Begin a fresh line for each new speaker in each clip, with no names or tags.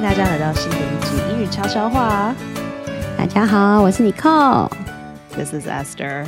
大家来到新的一集英语悄悄话，
大家好，我是 Nicole。
This is Esther。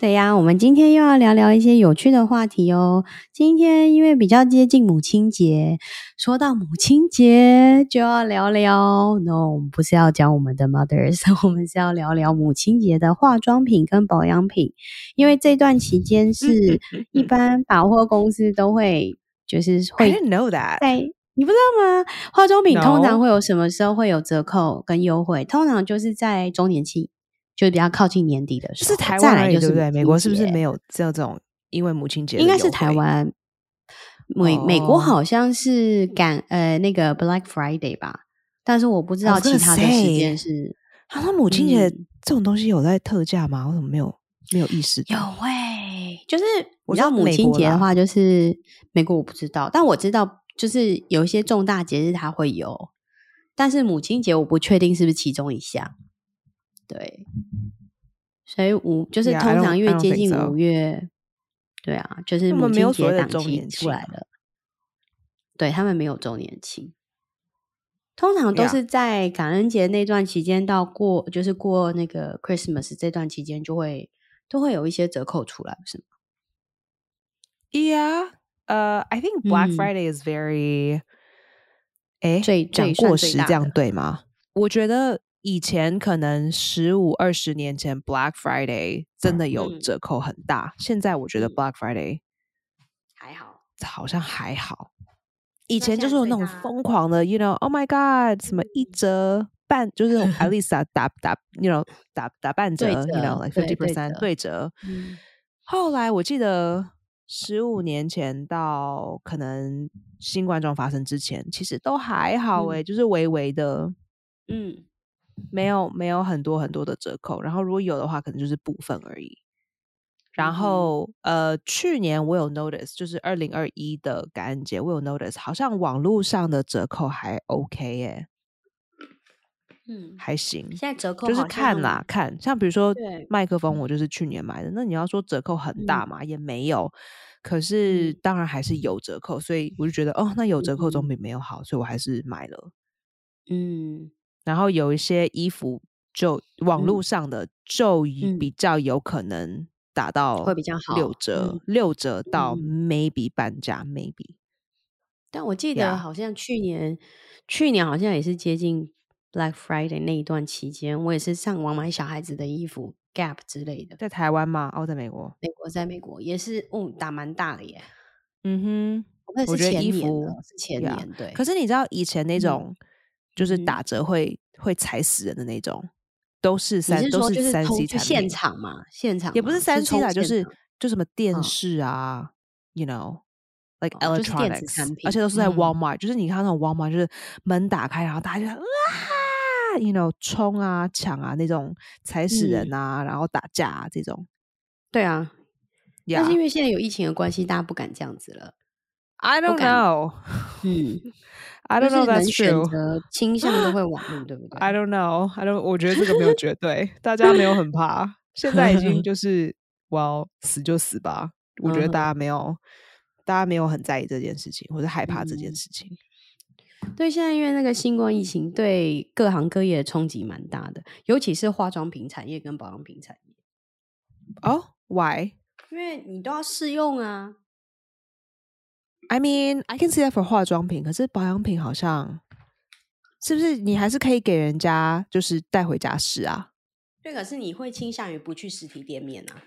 对呀、我们今天又要聊聊一些有趣的话题哦。今天因为比较接近母亲节，说到母亲节就要聊聊，no，我们不是要讲我们的 mothers，我 们是要聊聊母亲节的化妆品跟保养品，因为这段期间 是一般百货公司都会就是会
I didn't know that。
在你不知道吗？化妆品通
No
常会有什么时候会有折扣跟优惠？通常就是在周年庆，就比较靠近年底的时
就
候。
是台
再
湾
来
而已，
就
对不对？
母
美国
亲
是不是
节
没有这种因为母亲节的
应该是
优
台
惠？
湾，美、美国
哦
好像是赶呃那个 Black Friday 吧，但是我不知
I
道
was gonna
其他的时
say
间是
啊，那母亲节
嗯
这种东西有在特价吗？我怎么没有没有意识
有
到？
诶、就是
我
你知
知
道
道
母
美
亲
国
节
啦
的话，就是美国我不知道，但我知道就是有一些重大节日它会有，但是母亲节我不确定是不是其中一项。对，所以五就是
Yeah,
通
I don't-
常
I
越
don't
接
think
近
so.
五月，对啊，就是
他
母
们没有
亲
所
节
谓的
档
周
期
年庆啊
出来了，对他们没有周年庆。通常都
Yeah.
是在感恩节那段期间到过，就是过那个 Christmas 这段期间，就会都会有一些折扣出来，不是吗？
Yeah, uh, I think Black
嗯
Friday is very，哎、
最
讲
最算
过
最
时
大
这样
的
对吗？我觉得以前可能十五二十年前 Black Friday 真的有
嗯
折扣很大，现在我觉得
嗯
Black Friday
还好，
好像还好。以
那现
前就
在
是有
最
那种
大嗯
疯狂的，you know，oh my god，什么一折半，就是 at least 啊打打，you know，打打半折
对
，you know，like
折
fifty
对对
percent
折
对折。
嗯
后来我记得十五年前到可能新冠状发生之前，其实都还好
嗯
诶、就是微微的，
嗯，
没有没有很多很多的折扣。然后如果有的话，可能就是部分而已。然
嗯哼
后、呃，去年我有 notice，就是二零二一的感恩节，我有 notice，好像网络上的折扣还 OK 耶、
嗯，
还行，
现在折扣
就是
好
看
像
啦，看。像比如说
对
麦克风，我就是去年买的，那你要说折扣很大
嗯
嘛，也没有。可是
嗯
当然还是有折扣，所以我就觉得哦，那有折扣总
嗯
比没有好，所以我还是买了。
嗯
然后有一些衣服就网络
嗯
上的就以
嗯
比较有可能打到
会比较
六
好，
折
嗯，
六折到
嗯
maybe 半价，maybe
但我记
呀
得好像去年，去年好像也是接近 Black Friday 那一段期间，我也是上网买小孩子的衣服 Gap 之类的。
在台湾嘛，哦，在美国，
美国在美国也是，哦，打蛮大的耶。
嗯哼，
我那
我
是
觉得
前
衣
年
服
了，是前
呀
年对。
可是你知道以前那
嗯
种就是
嗯哼
打折会会踩死人的那种，都是
你
三
是
都
说
是
就是
三
偷去
C 产
现
品，
场嘛？现场
也不
嘛
是三 C
偷
啦，就
现
是
场
就什么电
嗯
视啊，you know，like
哦，就是电子
electronics，
产
而且
品。
都是在
嗯
Walmart，就是你看那种 Walmart，就是门打开，然后大家就啊，you know，冲啊抢啊那种踩死
嗯，
人啊，然后打架啊这种
对啊。但是因
，yeah，I
为现在有疫情的关系，大家不敢这样子了，不
don't
敢。
know，I
嗯，就
don't
是能
know that's
选
true。
择倾向都会网络， 对不对？
I don't know, I don't。我觉得这个没有绝对，大家没有很怕。现在已 经就是，well，死就死吧。我觉得
嗯
大
哼
家没有，大家没有很在意这件事情，或是害怕这件
嗯，
事情。
对，现在因为那个新冠疫情对各行各业的冲击蛮大的，尤其是化妆品产业跟保养品产业，
哦、w h y
因为你都要试用啊。
I mean, I can see that for 化妆品，可是保养品好像是不是你还是可以给人家就是带回家试啊？
对，可是你会倾向于不去实体店面啊？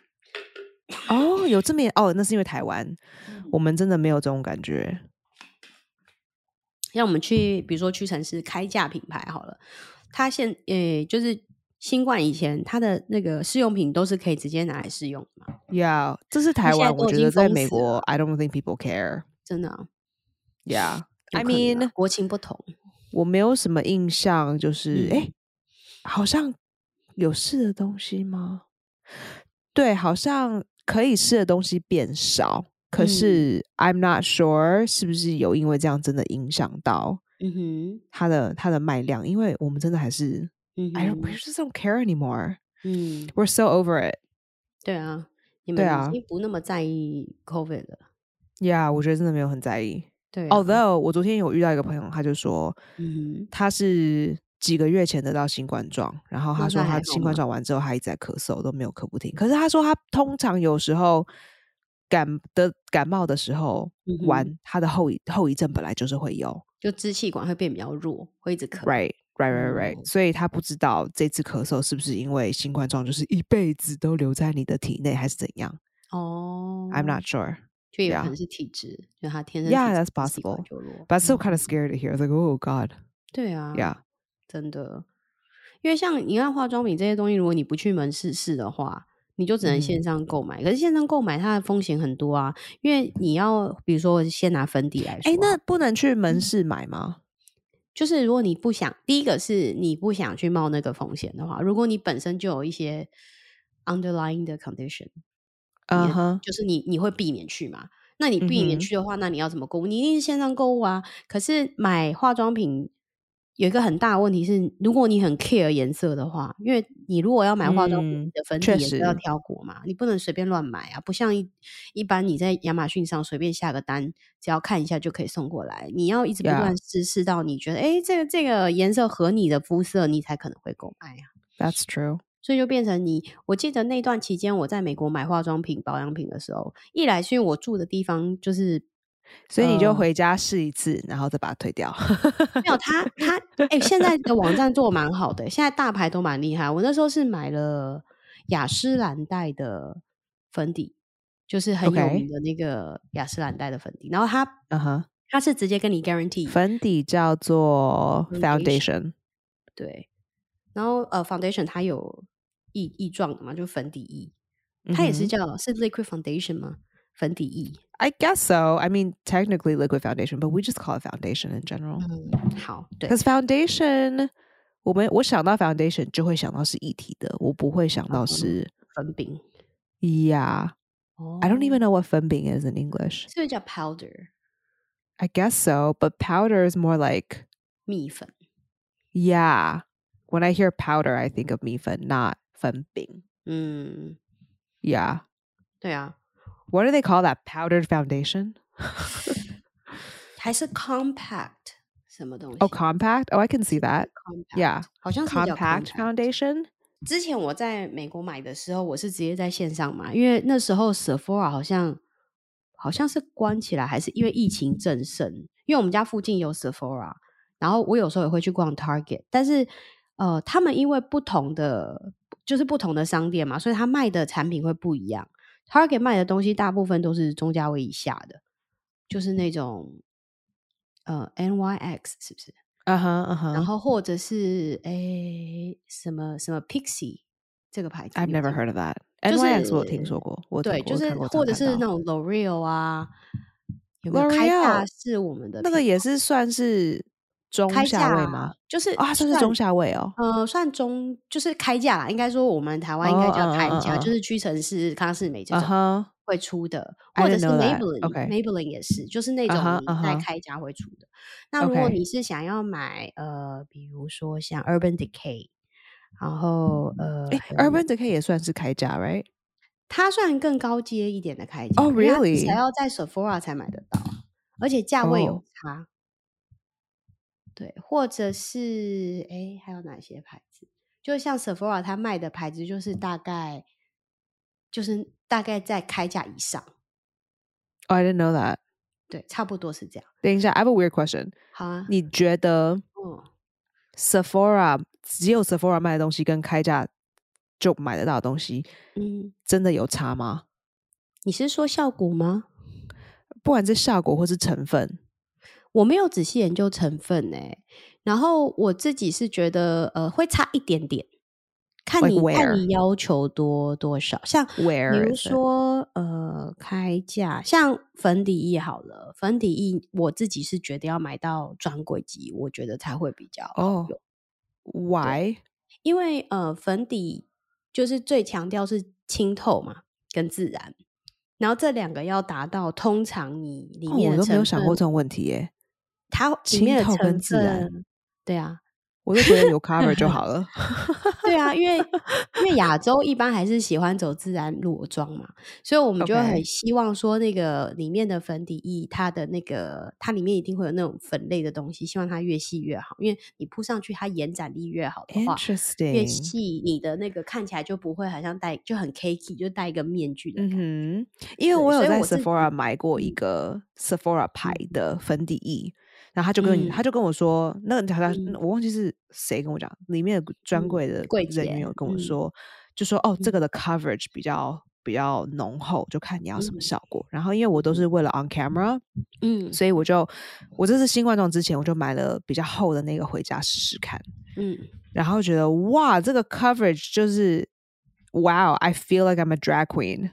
哦、有这么严哦，那是因为台湾，
嗯
我们真的没有这种感觉。
像我们去，比如说屈臣氏开价品牌好了，它现诶、就是新冠以前，它的那个试用品都是可以直接拿来试用的嘛，
Yeah，这是台
现在
湾，我
都已
觉
经
得在
封
美
死
国
了，
，I don't think people care。
真的、啊、有可能啊
Yeah，I mean，，
国情不同。
我没有什么印象，就是哎、
嗯
诶好像有试的东西吗？对，好像可以试的东西变少，可
嗯
是 I'm not sure 是不是有因为这样真的影响到
嗯哼
它的它的卖量，因为我们真的还是哎
嗯
I don't we
哼
just don't care anymore.
嗯，
We're so over it.
对啊，你
对
们已
啊
经不那么在意 COVID 了。
，Yeah，我觉得真的没有很在意。
对啊、
Although 我昨天有遇到一个朋友，他就说
嗯
他是几个月前得到新冠状，然后他
那
说
还
他
好
新冠
吗
状完之后，他一直在咳嗽，都没有咳不停。可是他说他通常有时候感得感冒的时候
嗯哼
完，他的后遗后遗症本来就是会有
就支气管会变比较弱，会一直咳。
，right。Right, right, right，、
嗯
所以他不知道这次咳嗽是不是因为新冠状就是一辈子都留在你的体内，还是怎样
哦
？I'm not sure,
就有
yeah
可能是体质，就他天生体
Yeah,
质
that's
支气管
possible.
就弱
but still kind of
嗯
scared to hear. I was like, oh god,
对啊
yeah,
真的，因为像你看化妆品这些东西，如果你不去门市试的话，你就只能线
嗯
上购买。可是线上购买它的风险很多啊，因为你要比如说先拿粉底来说
哎、
好了，
那不能去
嗯
门市买吗？
就是如果你不想，第一个是你不想去冒那个风险的话，如果你本身就有一些 underlying 的 condition，
嗯哼，
就是你你会避免去嘛？那你避免
嗯哼
去的话，那你要怎么购物？你一定是线上购物啊。可是买化妆品有一个很大的问题是，如果你很 care 颜色的话，因为你如果要买化妆品，
嗯
你的粉底
确
也是要
实
挑过嘛，你不能随便乱买啊。不像一一般你在亚马逊上随便下个单，只要看一下就可以送过来。你要一直不
Yeah
断试试到你觉得，哎，这个这个颜色合你的肤色，你才可能会购买啊。
That's true.
所以就变成你，我记得那段期间我在美国买化妆品、保养品的时候，一来是因为我住的地方 就是
所以你就
呃
回家试一次，然后再把它退 掉。
没有它，它哎、现在的网站做得蛮好的、现在大牌都蛮厉害。我那时候是买了雅诗兰黛的粉底，就是很有
OK
名的那个雅诗兰黛的粉底，然后它
嗯哼，
它是直接跟你 guarantee
粉底叫做
Foundation
foundation，
对，然后呃 foundation 它有液液状的嘛，就粉底液，它也是
嗯哼
叫、是 liquid foundation 吗？粉底液。
I guess so. I mean, technically liquid foundation, but we just call it foundation in general.
嗯，好，对
Because foundation，我们我想到 foundation 就会想到是一体的，我不会想到是
粉饼。
yeah.
哦
I don't even know what 粉饼 is in English.
是不是叫 powder
I guess so, but powder is more like
蜜粉？
yeah. When I hear powder, I think of 米粉，not 粉饼。
嗯，
Yeah.
对啊，
What do they call that? Powdered foundation?
还是 compact 什么东西
Oh, compact. Oh, I can see that.
compact
Yeah.
好像是叫
Compact foundation.
之前我在美国买的时候，我是直接在线上买，因为那时候 Sephora 好像好像是关起来，还是因为疫情正盛。因为我们家附近有 Sephora，然后我有时候也会去逛 Target，但是呃，他们因为不同的就是不同的商店嘛，所以他卖的产品会不一样。Target 卖的东西大部分都是中价位以下的，就是那种呃 NYX 是不是？
Uh huh. Uh huh.
然后或者是诶什么什么 Pixie 这个牌子
I've
你有
never
听
heard of that.
就
NYX 我有
是
听说过，我有
对，
听过
就
我
是
看过
或者
常看
是那
到
种 L'Oreal 啊，有没有开价
L'Oreal，
是我们的
那个
品
也是算是中
开
下
价
位吗？
就是
啊，算是中下位哦。
呃，算中就是开价啦，应该说我们台湾应该叫
哦嗯
开
嗯
价，
嗯
就是屈臣氏、康士美这
啊
种
哈，
会出的
I
或者
didn't
是
know that. Okay.
Maybelline，Maybelline 也是，就是那
啊
种
哈啊
你在
哈
开价会出的。那如果
Okay.
你是想要买呃，比如说像 Urban Decay，然后呃，
哎
还有
，Urban Decay 也算是开价，right？
它算更高阶一点的开价
哦
因为它至少
really？
要在 Sephora 才买得到，而且价位有
哦
差。对，或者是哎，还有哪些牌子？就像 Sephora 它卖的牌子，就是大概就是大概在开价以上，
Oh, 哦，I didn't know that。
对，差不多是这样。
等一下，I have a weird question。
好啊，
你觉得
哦，
Sephora 只有 Sephora 卖的东西跟开价就买得到的东西，
嗯，
真的有差吗？
你是说效果吗？
不管是效果或是成分，
我没有仔细研究成分哎、然后我自己是觉得呃会差一点点，看
Like
你看
where？
你要求多多少，像比
Where
如
is it？
说呃开价，像粉底液好了，粉底液我自己是觉得要买到专柜级，我觉得才会比较好
哦
用，
，Why？
因为呃粉底就是最强调是清透嘛跟自然，然后这两个要达到，通常你里
哦
面
我
的
都没有
成
想
分
过这种问题耶。
它里
清
面的
透跟
成
自然
分，对啊，
我就觉得有 cover 就好了。
对啊，因为因为亚洲一般还是喜欢走自然裸妆嘛，所以我们就会
OK
很希望说那个里面的粉底液，它的那个它里面一定会有那种粉类的东西，希望它越细越好，因为你铺上去它延展力越好的话。越
Interesting。
细，你的那个看起来就不会好像戴就很 cakey，就戴一个面具的感觉。
嗯哼，因
对
为我有
所以
在
我自己嗯
Sephora 买过一个 Sephora 牌的粉底液，然后他就跟
嗯
你他就跟我说，那个好像
嗯
我忘记是谁跟我讲，里面的专
嗯
柜的
柜
人员
姐
有跟我
嗯
说，就说哦，这
嗯
个的 coverage 比较比较浓厚，就看你要什么
嗯
效果。然后因为我都是为了 on camera，
嗯
所以我就我这次新冠状之前我就买了比较厚的那个回家试试看，
嗯，
然后觉得哇，这个 coverage 就是，wow，I feel like I'm a drag queen。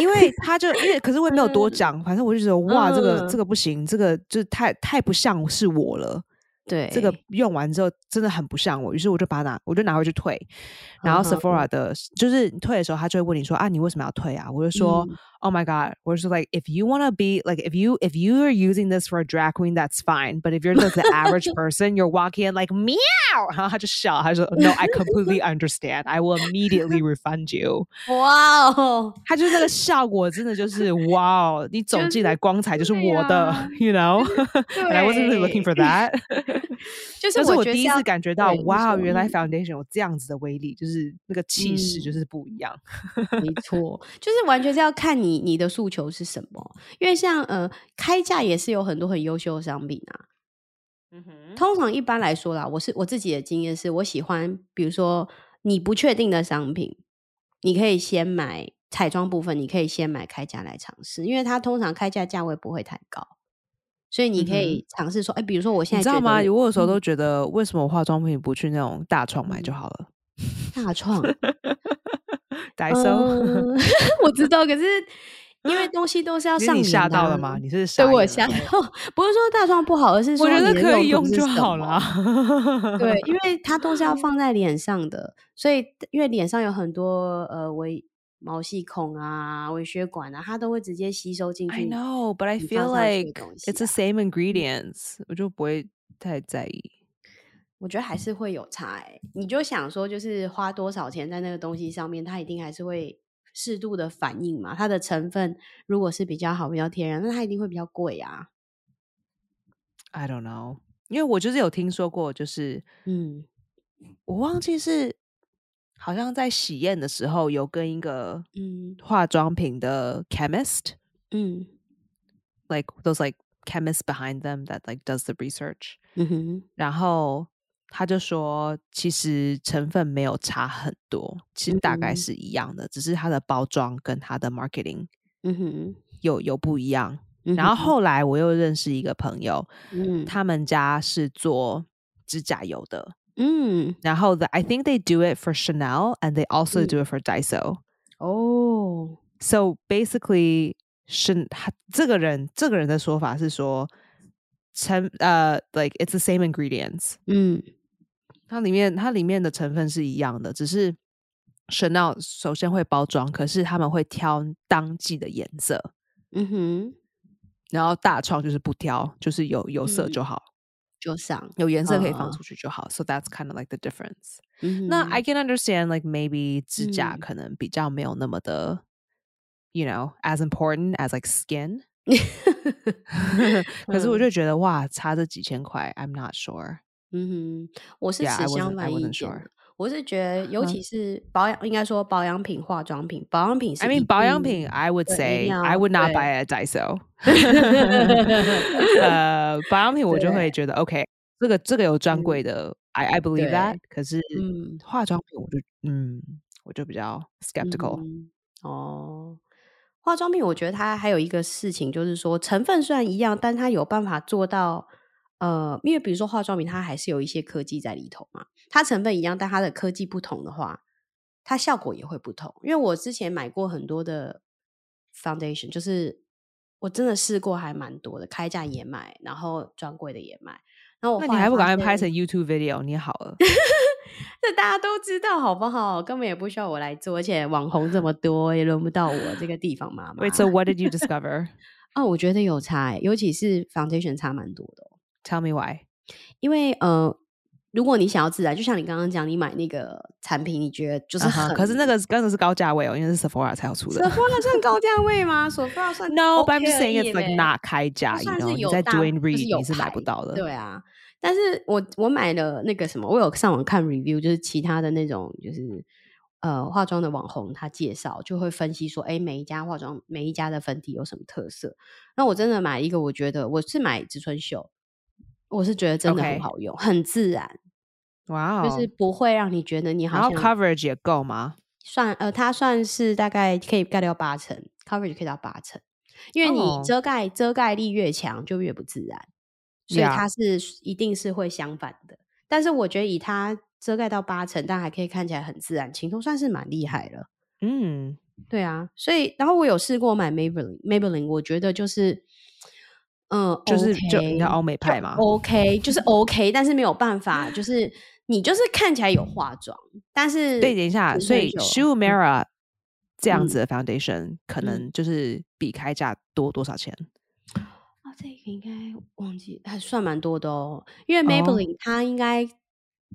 因为他就因为可是我也没有多讲，反正我就觉得哇，这个
嗯
这个不行，这个就是太太不像是我了。
对，
这个用完之后真的很不像我，于是我就把它拿，我就拿回去退。然后
嗯哼
Sephora 的，就是你退的时候，他就会问你说啊，你为什么要退啊？我就说、
嗯
Oh my God，我就说 Like if you wanna be like if you if you are using this for a drag queen that's fine, but if you're just the average person, you're walking in like meow，然 后他就笑，他就说 No, I completely understand. I will immediately refund you.
哇 哦，
他就是那个效果，真的就是哇哦！你走
就
进来，光彩就是
对
我的、
啊
y o u know 。
对
And I wasn't really looking for that 。
就是
但是
我
我
觉得是
第一
要
次感觉到，
对没
哇，
错
原来
嗯
foundation 有这样子的威力，就是那个气势就
嗯
是不一样。
没错，就是完全是要看你你的诉求是什么，因为像呃开价也是有很多很优秀的商品啊。
嗯哼，
通常一般来说啦，我是我自己的经验是，我喜欢比如说你不确定的商品，你可以先买彩妆部分，你可以先买开价来尝试，因为它通常开价价位不会太高，所以你可以尝试说，哎、比如说我现
嗯你
在
知道
觉得
吗？
我
我有时候都
嗯
觉得，为什么我化妆品不去那种大创买就
嗯
好了
大创
？Daiso，、
嗯， 我知道，可是因为东西都是要
你是
上
你
脸
吓
的
到
啊、
了吗？你是
对
吓
我
吓
吓到， 不是说大创不好，而是
我
说
觉
你
得
的
可
用
以
途
用
是
就
什
好嗯
么
啦。
对，因为它都是要放在脸上的，所以因为脸上有很多呃微毛细孔啊、微血管啊，它都会直接吸收进
I
去
know, but I
你
feel
放上去的
like
东西
it's the
啊。
same ingredients，我就不会太在意。
我觉得还是会有差、欸，你就想说，就是花多少钱在那个东西上面，它一定还是会适度的反应嘛。它的成分如果是比较好、比较天然，那它一定会比较贵啊。
I don't know，因为我就是有听说过，就是
嗯
我忘记是好像在喜宴的时候有跟一个
嗯
化妆品的 chemist，like
嗯
those like chemists behind them that like does the research，
嗯哼，
然后他就说其实成分没有差很多，其实
嗯
大概
哼
是一样的，只是它的包装跟它的 marketing
嗯哼，
有有不一样。
嗯
然后
哼，
后来我又认识一个朋友，
嗯
他们家是做指甲油的，
嗯
然后 the, I think they do it for Chanel and they also
嗯，
do it for Daiso.
哦，
So basically，是他这个人这个人的说法是说，成呃、like it's the same ingredients，
嗯
它里面它里面的成分是一样的，只是 Chanel 首先会包装，可是他们会挑当季的颜色，
嗯哼，
然后大创就是不挑，就是有有色就
嗯，
好，
就上，
有颜色可以放
呃，
出去就好。So that's kind of like the difference. 那 I
嗯
can understand like maybe 指甲
哼，
可能比较没有那么的，you know as important as like skin 可是我
嗯
就觉得哇，差这几千块，I'm not sure.
嗯嗯哼，我是
Yeah,
持
I
相
wasn't. I
反意
wasn't
见的，
sure.
我是觉得，尤
嗯
其是保养，应该说保养品、化妆品，保养品
I
是
mean
一
保养
定
品，I would
对一定
say I
要
would not
对
buy at Daiso. 呃，保养品我就会
对，
觉得 OK，这个这个有专
嗯
柜的，I I believe that。
对，
可是
嗯
化妆品我就嗯，我就比较 skeptical。
嗯哼，哦。化妆品，我觉得它还有一个事情，就是说成分虽然一样，但它有办法做到，呃，因为比如说化妆品，它还是有一些科技在里头嘛。它成分一样，但它的科技不同的话，它效果也会不同。因为我之前买过很多的 foundation，就是我真的试过还蛮多的，开价也买，然后专柜的也买。然后我
那
后
你
来
还不赶
发
快
现，
拍成 YouTube video？你好了。
这大家都知道好不好？根本也不需要我来做，而且网红这么多，也轮不到我这个地方妈妈。
Wait, so what did you discover?
哦，我觉得有差欸、尤其是 foundation 差蛮多的哦、
Tell me why.
因为呃，如果你想要自然，就像你刚刚讲，你买那个产品，你觉得就是
嗯哼
很，
可是那个真的是高价位哦，因为是 Sephora 才有出的。
Sephora 算高价位吗？Sephora 算
No, but I'm
OK
just
而
saying
已
it's like
嘞
not 开价，
它
you
算
know，
是
你
有
在
大
doing
就是
read
有
你是买
牌
不到的。
对啊，但是我我买了那个什么，我有上网看 review，就是其他的那种就是呃化妆的网红，他介绍就会分析说，哎，每一家化妆每一家的粉底有什么特色。那我真的买一个，我觉得我是买植村秀，我是觉得真的
OK
很好用很自然，
哇哦，
就是不会让你觉得你
然
好
后
像
coverage 也够吗？
算呃，它算是大概可以盖掉八成，coverage 可以到八成，因为
哦
你遮盖、遮盖力越强，就越不自然，所以
Yeah
它是一定是会相反的。但是我觉得以它遮盖到八成，但还可以看起来很自然，晴空算是蛮厉害了。
嗯，
对啊，所以然后我有试过买 Maybelline，Maybelline 我觉得就是，嗯、
就是就你知道
OK
欧美派嘛
oh, OK，就是 OK，但是没有办法，就是你就是看起来有化妆，但是
对，等一下，
涂
所
很
以
久
s h u m e r a 这样
嗯
子的 foundation 可
嗯
能就是比开价多多少钱？
啊，这个应该忘记，还算蛮多的哦。因为
哦
Maybelline 它应该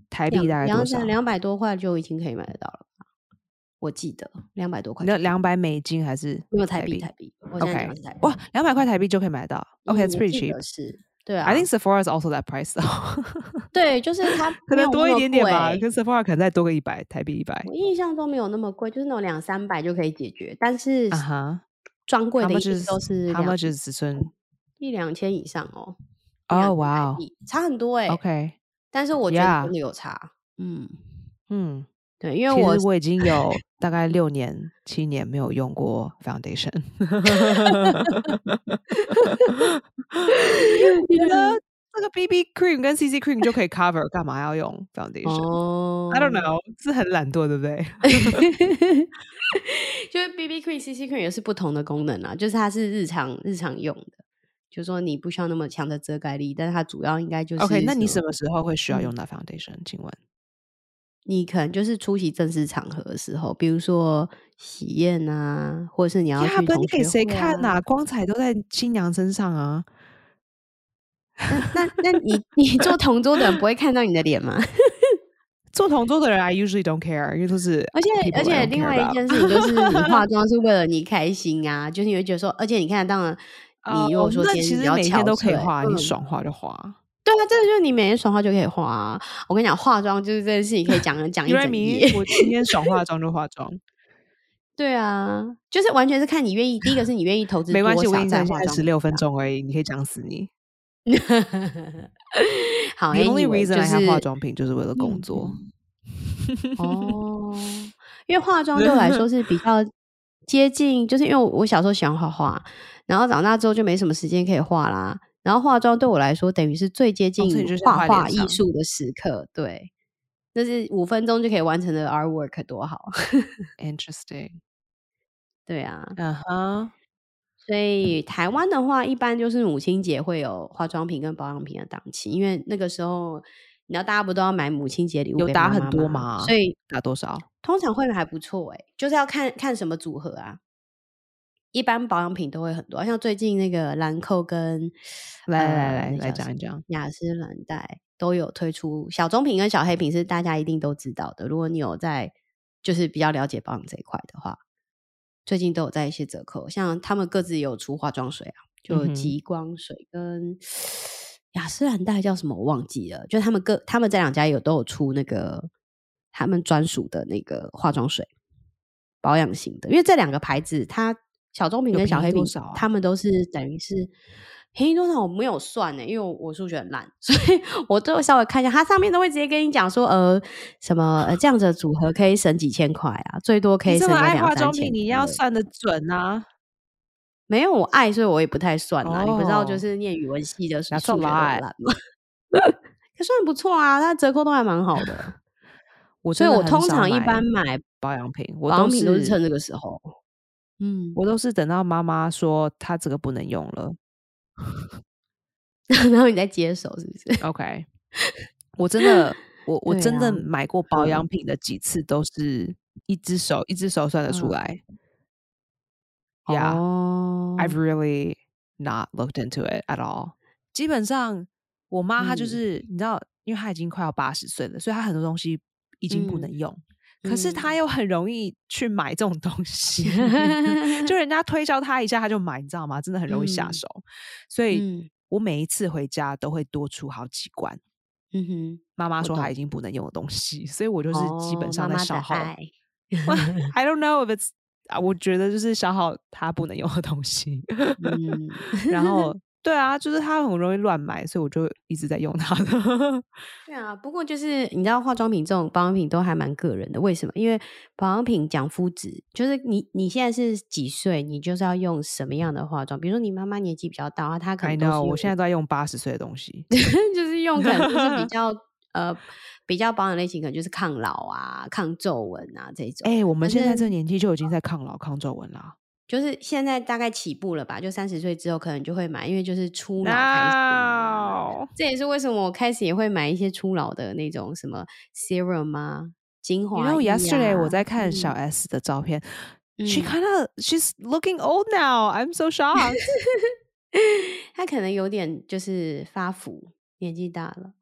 台币大概多少？
两百多块就已经可以买得到了吧，我记得两百多块就
那
可以，
两百美金还是
没有台币
币
台币，我现在讲
OK，
的是台币。
哇，两百块台币就可以买到。
嗯
OK，it's
我
pretty
记
cheap
得。是，对啊
I think Sephora is also that price though，
对，就是它
可
没
能
有
多
那
一
么
点点吧，
贵
跟 Sephora 可能再多个一百台币一百。
我印象中没有那么贵，就是那种两三百就可以解决，但是
啊哈，
专柜
How
的一
much
定
is-
都是
How
两
much is 尺寸？
一两千以上哦。一两
哦，
千
哇
台
哦
币，差很多哎、
，OK，
但是我觉得
Yeah
真的有差，嗯，
嗯，
对，因
其
为我
实我已经有大概六年、七年没有用过 foundation。你觉 得这个 BB cream 跟 CC cream 就可以 cover，干嘛要用 foundation？I
哦
don't know，是很懒惰，对不对？
就是 BB cream、CC cream 也是不同的功能啊，就是它是日常日常用的，就是说你不需要那么强的遮盖力，但是它主要应该就是
OK，那你
什
什
么
么时候会需要
嗯
用到 foundation？请问？
你可能就是出席正式场合的时候，比如说喜宴啊，或者是你要
呀，
去
不然
同
你给
学
谁
会
看
啊
呐、光彩都在新娘身上啊！
那那你你做同桌的人不会看到你的脸吗？
做同桌的人，I usually don't care，因为都是
而且
people
而
I
且
don't
另
care
外一
about
件事情就是你 化妆是为了你开心啊，就是你会觉得说，而且你看，当然
哦
你如果说
那
今
其
天比
实
较
每天
憔
都可以
悴
画，
嗯
你爽画就画。
对啊，这个就是你每天爽化就可以化啊。我跟你讲，化妆就是这件事情可以讲 讲一
因为
整
明
夜。
我今天爽化妆就 化妆，
对啊，就是完全是看你愿意。第一个是你愿意投资
没
多
关系，我
少
跟你
在
讲，
化
现在
妆嗯
十。六分钟而已，你可以讲死你。
好
The only
哦 anyway，
reason
就
I have 化
是嗯
妆品就是为了工作。
哦，因为化妆对我来 说是比较接近，就是因为我我小时候喜欢画画，然后长大之后就没什么时间可以画啦。然后化妆对我来说，等于是最接近
哦所以就是画
画
脸
画艺
上
术的时刻，对，那是五分钟就可以完成的 artwork，多好！ 嗯
Interesting，
对啊，
嗯哼，
所以台湾的话，一般就是母亲节会有化妆品跟保养品的档期，因为那个时候，你知道大家不都要买母亲节礼物
有
给
打
妈
很
妈
多
吗
吗
所以
打多少？
通常会还不错诶、就是要看看什么组合啊。一般保养品都会很多，像最近那个兰蔻跟
来
呃
来来
那
来
叫什
讲一
么
讲。
雅诗兰黛都有推出小棕瓶跟小黑瓶，是大家一定都知道的。如果你有在就是比较了解保养这一块的话，最近都有在一些折扣，像他们各自也有出化妆水啊，就有
嗯哼
极光水跟雅诗兰黛叫什么我忘记了，就他们各他们这两家有都有出那个他们专属的那个化妆水保养型的，因为这两个牌子它小棕瓶
有
跟小
便
黑
宜多
瓶，
少啊
他们都是等于是便宜多少我没有算呢、因为我我数学很烂，所以 我都稍微看一下，它上面都会直接跟你讲说呃什么呃这样子的组合可以省几千块啊，最多可以
你这
省
么
个
爱
两
化
三
妆
千
品，你
之
要
类的
算的准啊！
没有我爱，所以我也不太算啦。你不知道，就
哦
是念语文系的数
That's a
数学都很
lot
烂吗？可算不错啊，它折扣都还蛮好的。
我
所以
真的
我
很
通
少
常一
买
般买
保养品， 我
保养
都
品都是
是
趁这个时候。嗯，
我都是等到妈妈说她这个不能用了
然后你再接手，是不是？
，OK，我真的，我我
对
真的
啊
买过保
嗯
养品的几次，都是一只手一只手算得出
嗯
来。Yeah,
哦
I've really not looked into it at all. 基本上，我妈她就
嗯
是你知道，因为他已经快要八十岁了，所以他很多东西已经不能
嗯
用。可是他
嗯
又很容易去买这种东西， 就人家推销他一下他就买，你知道吗？真的很容易下
嗯
手。所以、
嗯
我每一次回家都会多出好几罐
嗯哼，
妈妈
我
说她
懂
已经不能用的东西，所以我就是基本
哦
上
妈
在
妈
消
的
耗。
爱
哇 I don't know if it's 啊，我觉得就是消耗她不能用的东西，
嗯，
然后对啊，就是她很容易乱买，所以我就一直在用她的。
对啊，不过就是你知道化妆品这种保养品都还蛮个人的，为什么？因为保养品讲肤质，就是你你现在是几岁，你就是要用什么样的化妆。比如说你妈妈年纪比较大啊，她可
I
能都
know，
是
我
用
现在都在用八十岁的 东西。
就是用可能就是比较呃比较保养类型，可能就是抗老啊、抗皱纹啊这种。
哎、我们
反
现在这
正
年纪就已经在抗老抗皱纹啦。
就是现在大概起步了吧，就三十岁之后可能就会买，因为就是初老开始嘛。
No，
这也是为什么我开始也会买一些初老的那种什么 serum 啊、精华、
You
啊。
know, yesterday 我在看
嗯
小 S 的照片、s h e
嗯
kind of she's looking old now. I'm so shocked.
他可能有点就是发福，年纪大了。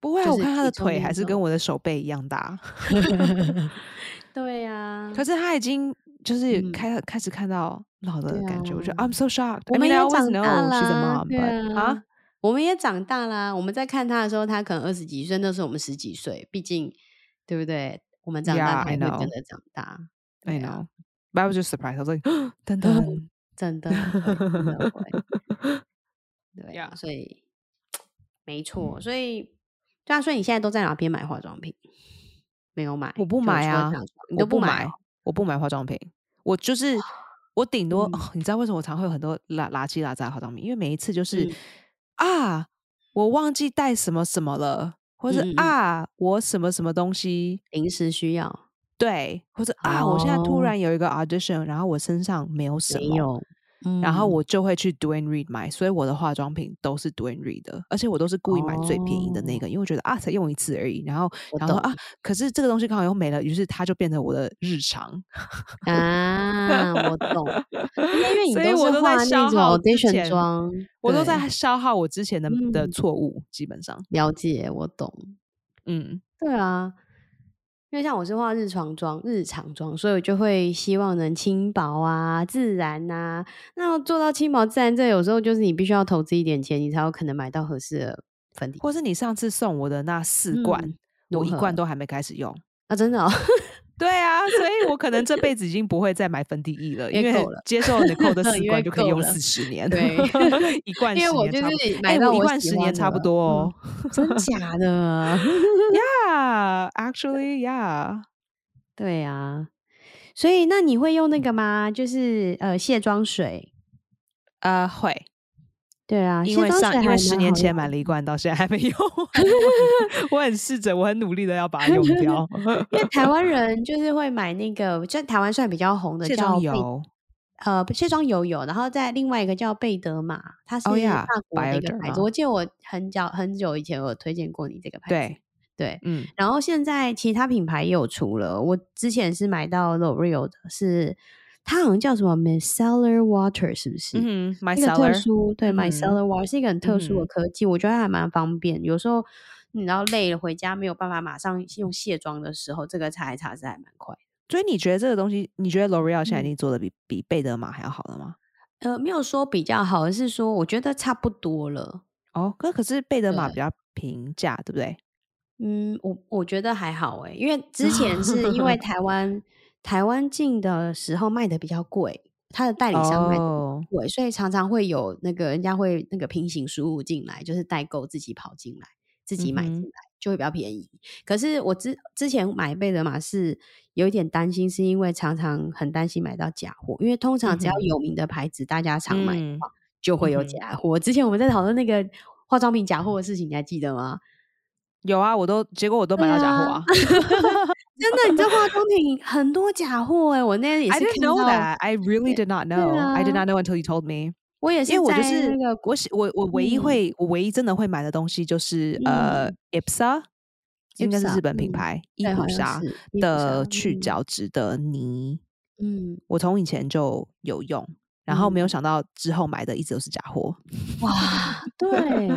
不会啊，
就
我
是
看她
体
的
重
腿
运
还是
动
跟我的手背一样大，
对呀、
可是她已经就是
嗯
开、开始看到老的
对
感觉，我就
啊
I'm so shocked.
我
I
们
mean,
也
I
长
always
大
know
啦，
she's a mom,
对
but
啊，
啊，
我们也长大啦。我们在看他的时候，他可能二十几岁，那时候我们十几岁，毕竟对不对？我们长大
Yeah,
才
I
会
know.
跟着长大。对
I
啊
know. But I was just surprised. I was like,
嗯
噔噔。
真的会，真的 会，对啊
Yeah.
所以没
嗯
错，所以对啊，所以你现在都在哪边买化妆品？没有买，
我不
就
买
除了
啊
这样说 你
我
都
不
买
买
哦，，
我不买化妆品，我就是我顶多、
嗯
哦你知道为什么我常会有很多垃垃圾垃圾的化妆品？因为每一次就是、
嗯
啊，我忘记带什么什么了，或是
嗯嗯嗯
啊，我什么什么东西
临时需要，
对，或者啊，我现在突
哦
然有一个 audition，然后我身上没有什
没
么，
有，
然后
嗯
我就会去 Do and Read 买，所以我的化妆品都是 Do and Read 的，而且我都是故意买最便宜的那个，因为我觉得啊，才用一次而已，然后
哦我
然后说
懂
啊，可是这个东西刚好又没了，于是它就变成我的日常。
啊，我懂，而且因为你
所以我
是
都在
化
消
那种
耗之
audition
前
妆，
我都
对
在消耗我之前的的
嗯
错误，基本上，
了解，我懂，
嗯，
对啊，因为像我是化日常妆、日常妆，所以我就会希望能轻薄啊、自然呐、那做到轻薄自然，这有时候就是你必须要投资一点钱，你才有可能买到合适的粉底
或是你上次送我的那四罐，
嗯
我
如
一
何
罐都还没开始用。
啊！真的、哦，
对啊，所以我可能这辈子已经不会再买粉底液了，
因
因
为
为
够了
接受你扣的四
因为
罐就可以
够
用
了
四十年，
对
一 罐
因为
十
我
年
就
差不多。
是
哎
买到
我一
我
罐
喜
十年
欢
差不
的
多哦。
嗯真假的？
yeah, actually, yeah.
对啊，所以那你会用
嗯
那个吗？就是呃卸妆水。
呃，会，
对啊，
因
卸
为
妆
上
水
因为
还
十
蛮
年
好
前
用
买了一罐，到现在还没 用完我很我很试着，我很努力的要把它 用掉。
因为台湾 人就是会买那个，在台湾算比较红的
卸
叫
妆
贝
油，
呃，不卸妆油有，然后再另外一个叫贝德玛，它是
yeah，
法国的一个牌子。
Bioderma
我记得我很早很久以前我有推荐过你这个牌子，
对，
对
嗯，
然后现在其他品牌也有出了，我之前是买到 L'Oreal 的，是它好像叫什么 Micellar Water，是不是？
嗯哼，My
一个特
Seller，
殊，对、m y
嗯
Cellar Water 是一个很特殊的
嗯
科技，我觉得还蛮方便。有时候你知道累了回家没有办法马上用卸妆的时候，这个擦一擦是还蛮快的。
所以你觉得这个东西，你觉得 L'Oreal 现在已
嗯
经做的比比贝德玛还要好了吗？
呃，没有说比较好，而是说我觉得差不多了。
哦，可可是贝德玛
对
比较平价，对不对？
嗯，我我觉得还好诶、因为之前是 因为台湾台湾进的时候卖的比较贵，它的代理商卖的
哦
贵，所以常常会有那个人家会那个平行输入进来，就是代购自己跑进来，自己买进
嗯哼
来、就会比较便宜。可是我之之前买贝德玛是有一点担心，是因为常常很担心买到假货，因为通常只要
嗯哼
有名的牌子，大家常买的
嗯
话就会有
嗯哼
假货。之前我们在讨论那个化妆品假货的事情，你还记得吗？
有啊，我都结果我都买
对
到假
啊
货啊。
真的，你知道化妆品很多假货哎、我那天也
I
是
didn't
看
know
到，
that. I really did not
对
know. I did
啊
not know until you told me.
我也是
因为我
在
就是
那个
我喜我我唯一
嗯
会我唯一真的会买的东西就是呃
嗯
Ipsa，应该是
Ipsa，
日本品
嗯
牌伊
对，好
普
像
莎
是伊普莎
的去角质的泥，
嗯
我从以前就有用，然后没有想到之后买的一直都是假货。
哇， 对，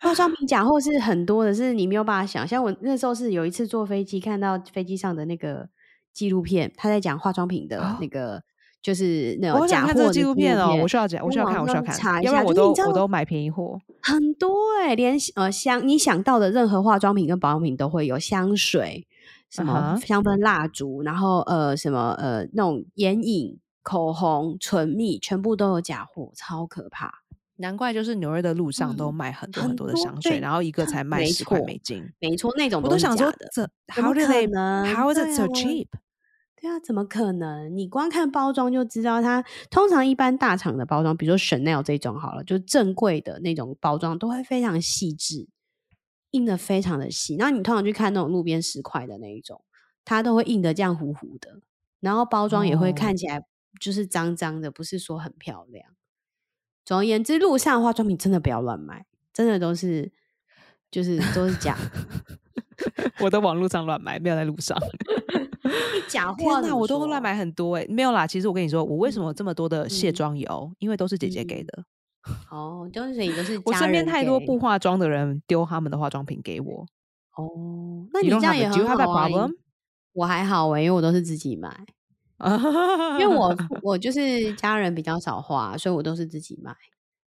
化妆品假货是很多的，是你没有办法想。像我那时候是有一次坐飞机，看到飞机上的那个纪录片，他在讲化妆品的那个，就是那
哦我
种
想
假
看
货
这个
的
纪录片哦，我需要讲，我
在
需要
网
看，我需要
上查
看，
一
要不
下
然我
就是你
都
知道
我都买便宜货。
很多哎、连呃香你想到的任何化妆品跟保养品都会有香水、什
啊
么
哈
香氛蜡烛，然后呃什么呃那种眼影、口红、唇蜜，全部都有假货，超可怕。
难怪就是纽约的路上都
嗯
卖很多
很
很多的
多
香水，
对
然后一个才卖
没
十块
错
美金，
没错，那种
我
都
都
是
想
假
说
的，
这
怎么
how did
可
they
能
how is
对
it
啊
so
我
cheap？
对啊，怎么可能？你光看包装就知道它，通常一般大厂的包装，比如说 Chanel 这种好了，就是正规的那种包装，都会非常细致，印的非常的细。然后你通常去看那种路边十块的那一种，它都会印的这样糊糊的，然后包装也会
哦
看起来就是脏脏的，不是说很漂亮。总而言之，路上的化妆品真的不要乱买，真的都是就是都是 假的
我在网络上乱买，没有在路上。
假货
天
啊。
我都乱
买。
买很多哎、没有啦。其实我跟你说，我为什么
嗯
这么多的卸
嗯
妆油？因为都是姐姐
嗯
给的。
哦，就是你都是
我
家
身边
人
太多
给
不化妆的人丢他们的化妆品给我。
哦，那
You
你
don't
这样
have
也
a- do you
很
have a
好啊。你
problem？
我还好哎、因为我都是自己买，因为 我我就是家人比较少花，所以我都是自己买，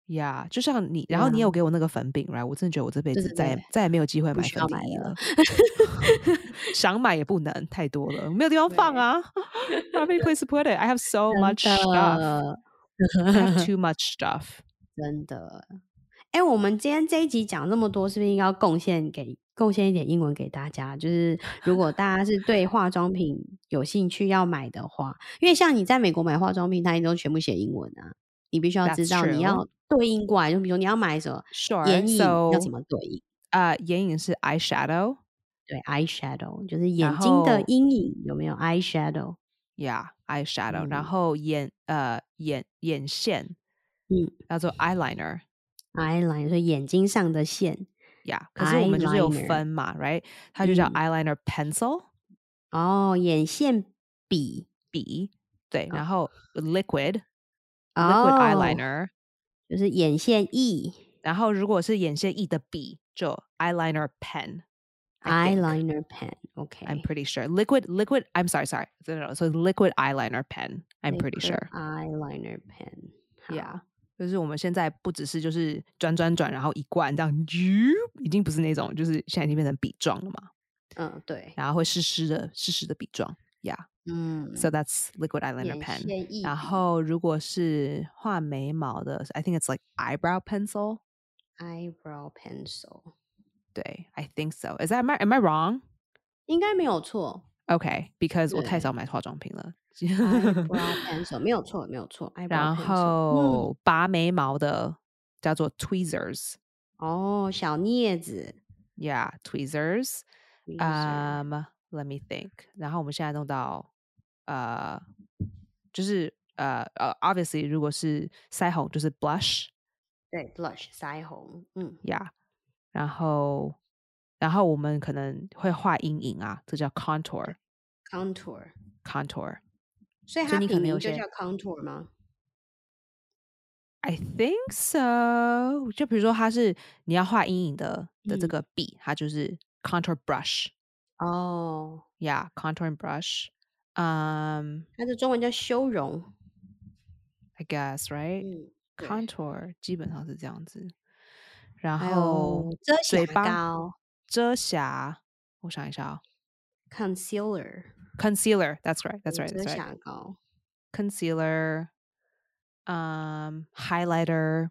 呀就像你，
对
然后你
啊
有给我那个粉饼来，我真的觉得我这辈
对
子
对
再也
对
再也没有机会
不
买
需
粉
要
底
买
液
了
了， 想买也不能，太多了，没有地方放
对
啊。Every place to put it, I have so much
真
stuff.
的
I have too much stuff.
真的。哎、我们今天这一集讲这么多，是不是应该要贡献给贡献一点英文给大家？就是如果大家是对化妆品有兴趣要买的话，因为像你在美国买化妆品，它一定都全部写英文啊，你必须要
That's
知道
true
你要对应过来，就比如你要买什么
Sure.
眼影要
So
怎么对应。
啊，眼影是 eyeshadow.
对，eye shadow 就是
然
眼睛的
后
阴影有没有 eye shadow？
Yeah, eyeshadow，、然
嗯
后眼呃眼眼线，
嗯，
叫做 eyeliner。
，eyeliner 所以眼睛上的线
Yeah，可是我们就是有
Eyeliner
分嘛，right？它就叫
嗯
eyeliner pencil
哦，眼线笔
笔，对，
哦
然后 liquid
哦
liquid eyeliner，
就是眼线液
然后如果是眼线液的笔，就 eyeliner pen。I think,
eyeliner pen。OK，
I'm pretty sure liquid liquid. I'm sorry, sorry. No, no, no. So liquid eyeliner pen. I'm pretty
liquid
sure.
eyeliner pen。
Yeah.
好
就是我们现在不只是就是转转转，然后一罐这样，已经不是那种，就是现在已经变成笔状了嘛，
嗯，对，
然后会湿湿的、湿湿的笔状。Yeah,
嗯，
so that's liquid eyeliner
眼
pen.
线液
然
笔
后如果是画眉毛的，I think it's like eyebrow pencil.
eyebrow pencil
对，I think so. Is that am I am I wrong?
应该没有 错
Okay, because 我太
对
少买化妆品了。
，eyebrow pencil 没有错，没有错，eyebrow pencil。
然
嗯，
后拔眉毛的叫做 tweezers。
哦，小镊子
Yeah, tweezers.
，razor。
Um, let me think. 然后我们现在弄到呃，就是呃呃，obviously 如果是腮红就是 blush
对，blush 腮红，嗯，
呀、yeah,，然后然后我们可能会画阴影啊，这叫 contour
contour，
contour。
所以
所以
它
你可
品
能有
名就
些
叫 contour 吗？
I think so。就比如说它是你要画阴影的的这
嗯
个笔，它就是 contour brush。
哦，
Yeah, contour brush. Um,
它的中文叫修容。
I guess right.
嗯，对
contour 基本上是这样子，然
还
后
有遮
嘴
瑕
巴
膏
遮瑕，我想一下哦
concealer，
，concealer，that's right，that's
嗯
right，that's
遮
right，concealer，
瑕膏
嗯，highlighter，highlighter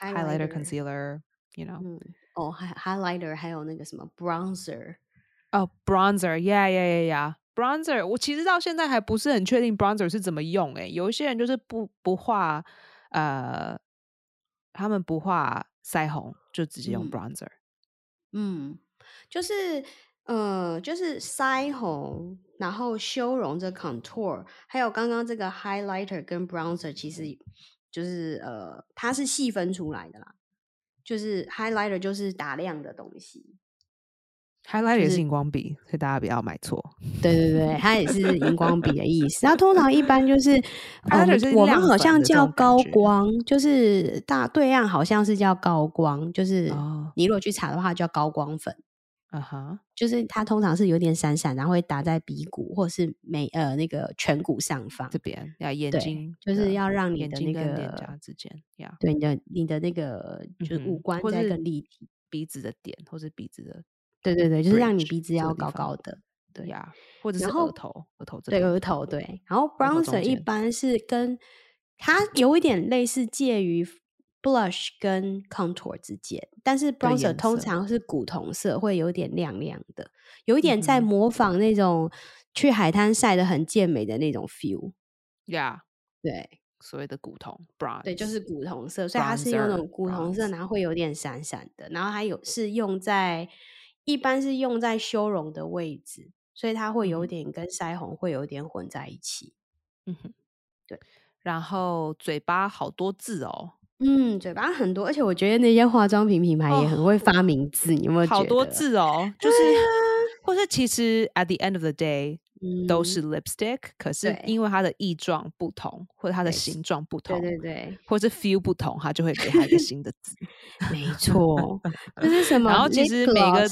，highlighter，
concealer，you know，
嗯，哦，还 highlighter，还有那个什么 bronzer，
哦，bronzer，yeah yeah yeah yeah。bronzer，我其实到现在还不是很确定 bronzer 是怎么用、欸。诶，有一些人就是不不画，呃，他们不画腮红，就直接用
嗯
bronzer。
嗯，就是呃，就是腮红，然后修容这 contour，还有刚刚这个 highlighter 跟 bronzer，其实就是呃，它是细分出来的啦。就是 highlighter 就是打亮的东西，
highlight 也
就是
是荧光笔，所以大家不要买错。
对对对，它也是荧光笔的意思。那通常一般就是，
它
嗯
就是
我们
亮
好
粉
像
的这
叫
种感
高
觉
光，就是大对岸好像是叫高光，就是
哦
你如果去查的话叫高光粉，嗯
啊哈，
就是它通常是有点闪闪，然后会打在鼻骨或是眉呃那个颧骨上方
这，边呀，眼
对
睛
就是
的
要让你
眼
的那
睛跟脸
个
颊之间呀，
对你的你的那个就是
嗯
五
哼
官
或
再
是
更立体。
鼻子的点或是鼻子的
对对对，就是让你
bridge
鼻子
这
要
个地
高
方
高的，对
呀，或者
然
是
后
额头，额头这
对
边
额头对。然后
头中
bronzer 一
间
般是跟它有一点类似介于 blush 跟 contour 之间，但是 bronzer
颜
通
色
常是古铜色，会有点亮亮的，有一点在
嗯哼
模仿那种去海滩晒的很健美的那种 feel。
呀，
对
所谓的古铜 bronze，
对，就是古铜色，所以它是用那
Bronzer，
种古铜色，
bronze
然后会有点闪闪的，然后还有是用在一般是用在修容的位置，所以它会
嗯
有
哼
点跟腮红会有点混在一起。
嗯哼，
对。
然后嘴巴好多字哦，
嗯，嘴巴很多，而且我觉得那些化妆品品牌也
哦
很会发明字，你有没有觉得？啊
好多字哦，就是，或是其实 at the end of the day 都
嗯
是 lipstick，、可是
对
因为它的异状不同，或者它的
对
形状不同
对，对对，
或是 feel 不同，它就会给它一个新的字。
没错，就是什么 lip gloss，嗯？嗯
然后其实每个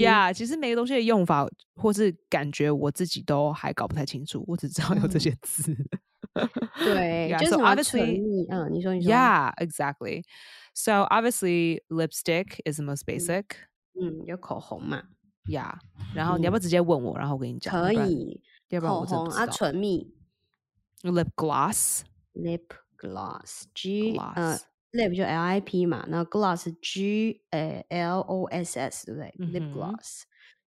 呀，
呀其实每个东西的用法或是感觉，我自己都还搞不太清楚，我只知道有这
嗯
些字。
对
Yeah,
就是
so
什么唇
obviously-
蜜，嗯，你说你说，
yeah, exactly. So obviously, lipstick is the most basic.
嗯，有口红嘛，
Yeah，然后你要不要直接问我，然后我跟你讲？要
可
不然，
以，
要不然
口
我真的
红
不知
啊，
道。
唇蜜
Lip gloss，
，lip gloss，G 呃
Gloss
，lip 就 L I P 嘛，那 gloss 是 G 呃 L O S S 对不对
嗯
？lip
哼
gloss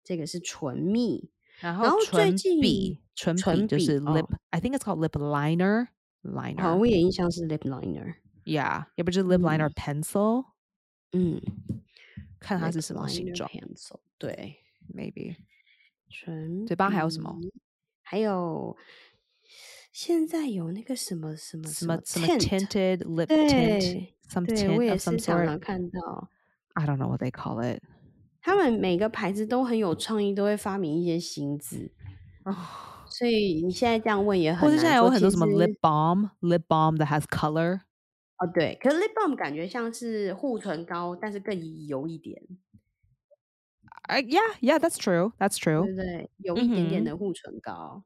这个是唇蜜，
然
然
后
后最
唇
近
笔，唇笔
唇
就
笔
是
哦
lip，I think it's called lip liner。
好，
Liner，
我也印象是 lip liner。
yeah，要不就是 lip liner
嗯
pencil，
嗯，
看它
lip
是什么形
liner
状
pencil，对，
，maybe。
唇
嘴巴还有什么
笔？还有现在有那个什么什么
什么什么
tint，
tinted lip tint。
对
Some
对，我
tint
也
of
是
some
常常
sort.
看到，
I don't know what they call it.
他们每个牌子都很有创意，都会发明一些新字，所以你现在这样问也
或
很
者
难说。
现在有很多
其
什么
实
lip balm, lip balm that has color.
哦，对，可是 lip balm 感觉像是护唇膏，但是更油一点，
Uh, yeah, yeah, that's true. That's
对
true.
不对？有一点点
哦嗯哼
的护唇膏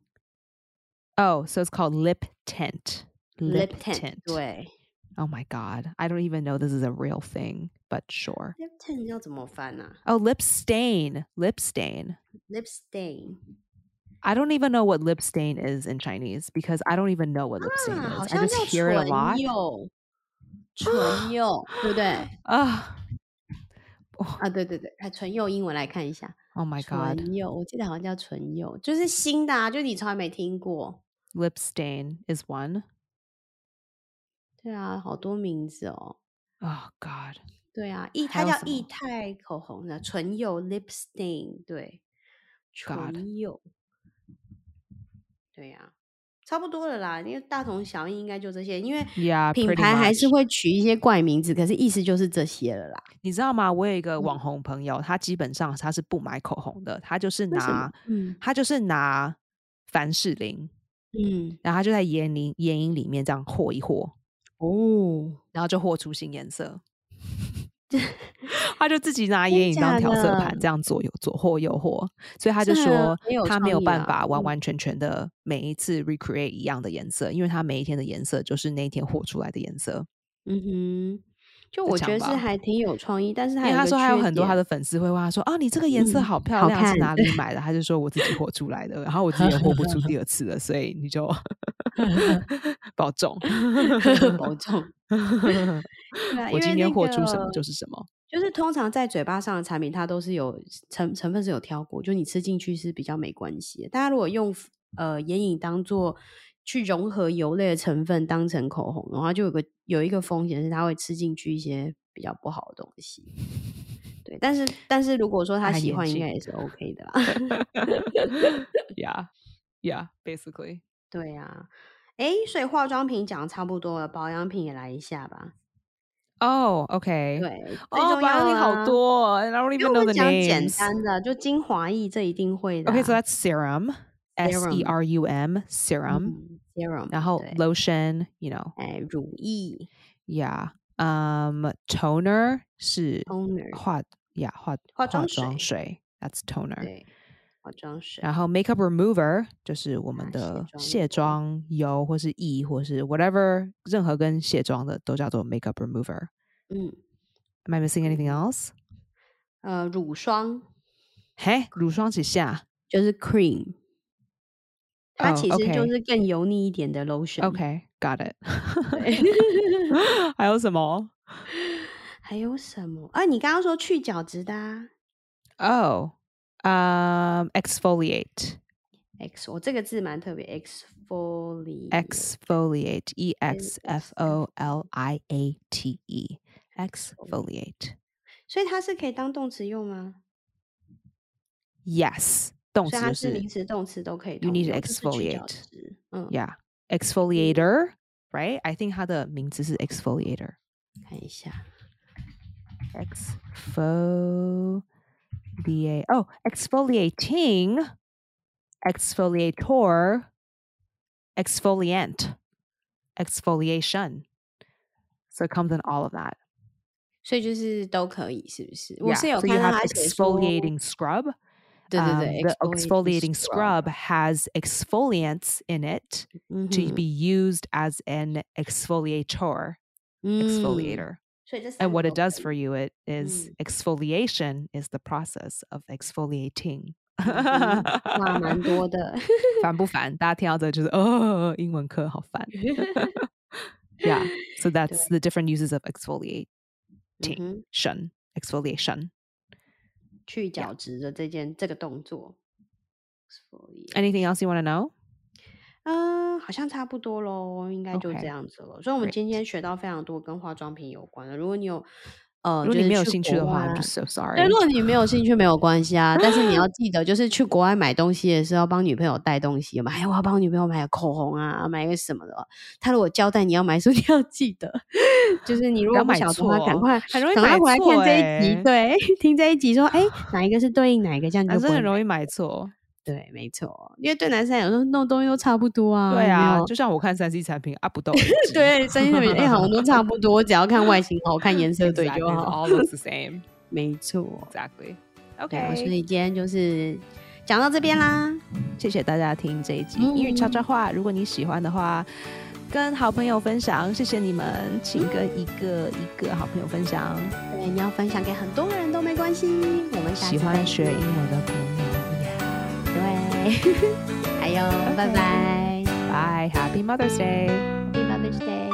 Oh, so it's called lip tint.
lip tint，对。
Oh my god. I don't even know this is a real thing, but sure.
lip tint 要怎么翻啊
Oh, lip stain. Lip stain.
？lip stain
I don't even know what lip stain is in Chinese because I don't even know what lip stain
啊，好
is. I
像
just
叫
hear it a
唇
lot.
釉，唇釉，对不对？
Ah. oh,
啊，对对对，啊，唇釉英文来看一下，
oh my god.
唇釉，我记得好像叫唇釉，就是新的啊，就你从来没听过。
Lip stain is one.
对啊，好多名字哦。
Oh god.
对啊，液它
还有
叫
什
液
么
态口红的唇釉 lip stain，对，
God
唇釉，对呀、差不多了啦，因为大同小异，应该就这些，因为
Yeah,
品
pretty
牌还
much.
是会取一些怪名字，可是意思就是这些了啦。
你知道吗？我有一个
嗯
网红朋友，他基本上他是不买口红的，他就是
为什么
拿，
嗯
他就是拿凡士林，
嗯，
然后他就在眼影眼影里面这样和一和，
哦，
然后就和出新颜色。 他就自己拿
真
眼影当
假
调色盘
的，
这样左右左或右或，所以他就
这
说
很有
他没
创
有
意
办
啦。
法完
嗯，
完全全的每一次 recreate 一样的颜色，因为他每一天的颜色就是那一天和出来的颜色，
嗯哼，就
很
我觉
强
得是
吧？
还挺有创意，但是
因
它
为
有一
他
个
说还有
缺
很多他
点，
的粉丝会问他说：“哦，你这个颜色
嗯，
好漂
好
亮，是
看，
哪里买的？”他就说：“我自己货出来的。”然后我自己也货不出第二次了，所以 你就 保重。
保重。 对啊，
我
因啊为
今天
那
货出什么
个
就是什么。
就是通常在嘴巴上的产品，它都是有成成分是有挑过，就你吃进去是比较没关系的。大家如果用呃眼影当做去融合油类的成分当成口红的话，就有个有一个风险是它会吃进去一些比较不好的东 西。对，但是但是如果说他
戴
喜
眼
欢，应
镜
该也是 OK 的啦。
yeah, yeah, basically.
对呀、啊，诶，所以化妆品讲得差不多了，保养品也来一下吧。
哦，OK、o k
对，最
哦，
重
白
要
兰地好
啊。
多哦，and I don't
因为
even
我
know the
们讲简
names.
单的，就精华液这一定会的啊。
Okay, so that's serum, S E
Serum.
R U M, serum.
嗯 serum，
然后
对
lotion, you know,
哎乳液
yeah. Um, toner 是
toner，
化呀化
化妆
妆
水
水，that's toner。
对，化妆水，
然后 makeup remover 就是我们
啊卸
的
妆
卸
油
妆油或是液或是 whatever，任何跟卸妆的都叫做 makeup remover。
嗯
Am I missing anything else？
呃乳霜
嘿，乳霜几下
就是 cream，它
哦
其实就
，OK
是更油腻一点的 lotion。
？OK，got it。
对
还有什么？
还有什么？啊，你刚刚说去角质的、啊、
哦、um, exfoliate,
X，我这个字蛮特别，exfoliate，
exfoliate, e x f o l i a t e, exfoliate.
所以它是可以当动词用吗？
Yes，动
所
词
以它
就是是
名词、动词都可以
you
通
need
用就
to
是去角
exfoliate
质嗯
yeah exfoliator, right? I think 它的名字是 exfoliator.
看一下
Exfoliate. Oh, exfoliating, exfoliator, exfoliant, exfoliation. So it comes in all of that.
所以就是都可以，是不是？我
Yeah,
是有
so you
看到
have
它写说
exfoliating scrub.
对对
Um,
对
the exfoliating scrub has exfoliants in it
嗯
to
哼
be used as an exfoliator,
嗯
Mm. exfoliator.
所以这三
And
个
what
都
it
可
does
以
for you, it is
Mm.
exfoliation is the process of exfoliating.
嗯哼哇，蛮
Mm-hmm.
多的。
烦不烦？大家听到这就是哦，英文课好烦。yeah, so that's the different uses of exfoliation,
嗯哼，
exfoliation.
去角质的这件这个动作 exfoliate
Anything else you want to know?
嗯，好像差不多喽，应该就
OK，
这样子了。所以，我们
great
今天学到非常多跟化妆品有关的。如果你有，呃，
Oh,
就是去国外啊
如果你没有兴趣的话，I'm just so
对，
sorry.
如果你没有兴趣没有关系啊，但是你要记得，就是去国外买东西的时候，帮女朋友带东西嘛。哎，我要帮女朋友买个口红啊，买个什么的。她如果交代你要买什么， 你要记得，就是你如
不
果
要
不
买
想说，赶
错哦
快
很容易
赶快
买
回来
错
看这一
欸啊
集，对， 听这一集说，哎，哪一个是对应哪一个，这样你就不会买
男生很容易买错。
对，没错，因为对男生来说弄东西都差不多啊，有没有
对啊，就像我看 3C 产品啊，不都一致？
对，声音哎，好像都差不多，只要看外形好看，颜 色对
Exactly,
就
it's
好。
all looks the same.
没错，
Exactly.
对啊，所
OK，
以今天就是讲到这边啦。
谢谢大家听这一集英语悄悄话。如果你喜欢的话，跟好朋友分享，谢谢你们，请跟一个一个好朋友分享。
对，你要分享给很多人都没关系。我们下次
喜
再
欢
见
学英文的朋友呀，
对，还有，拜
OK
拜
bye，Happy Mother's Day。
，Happy Mother's Day。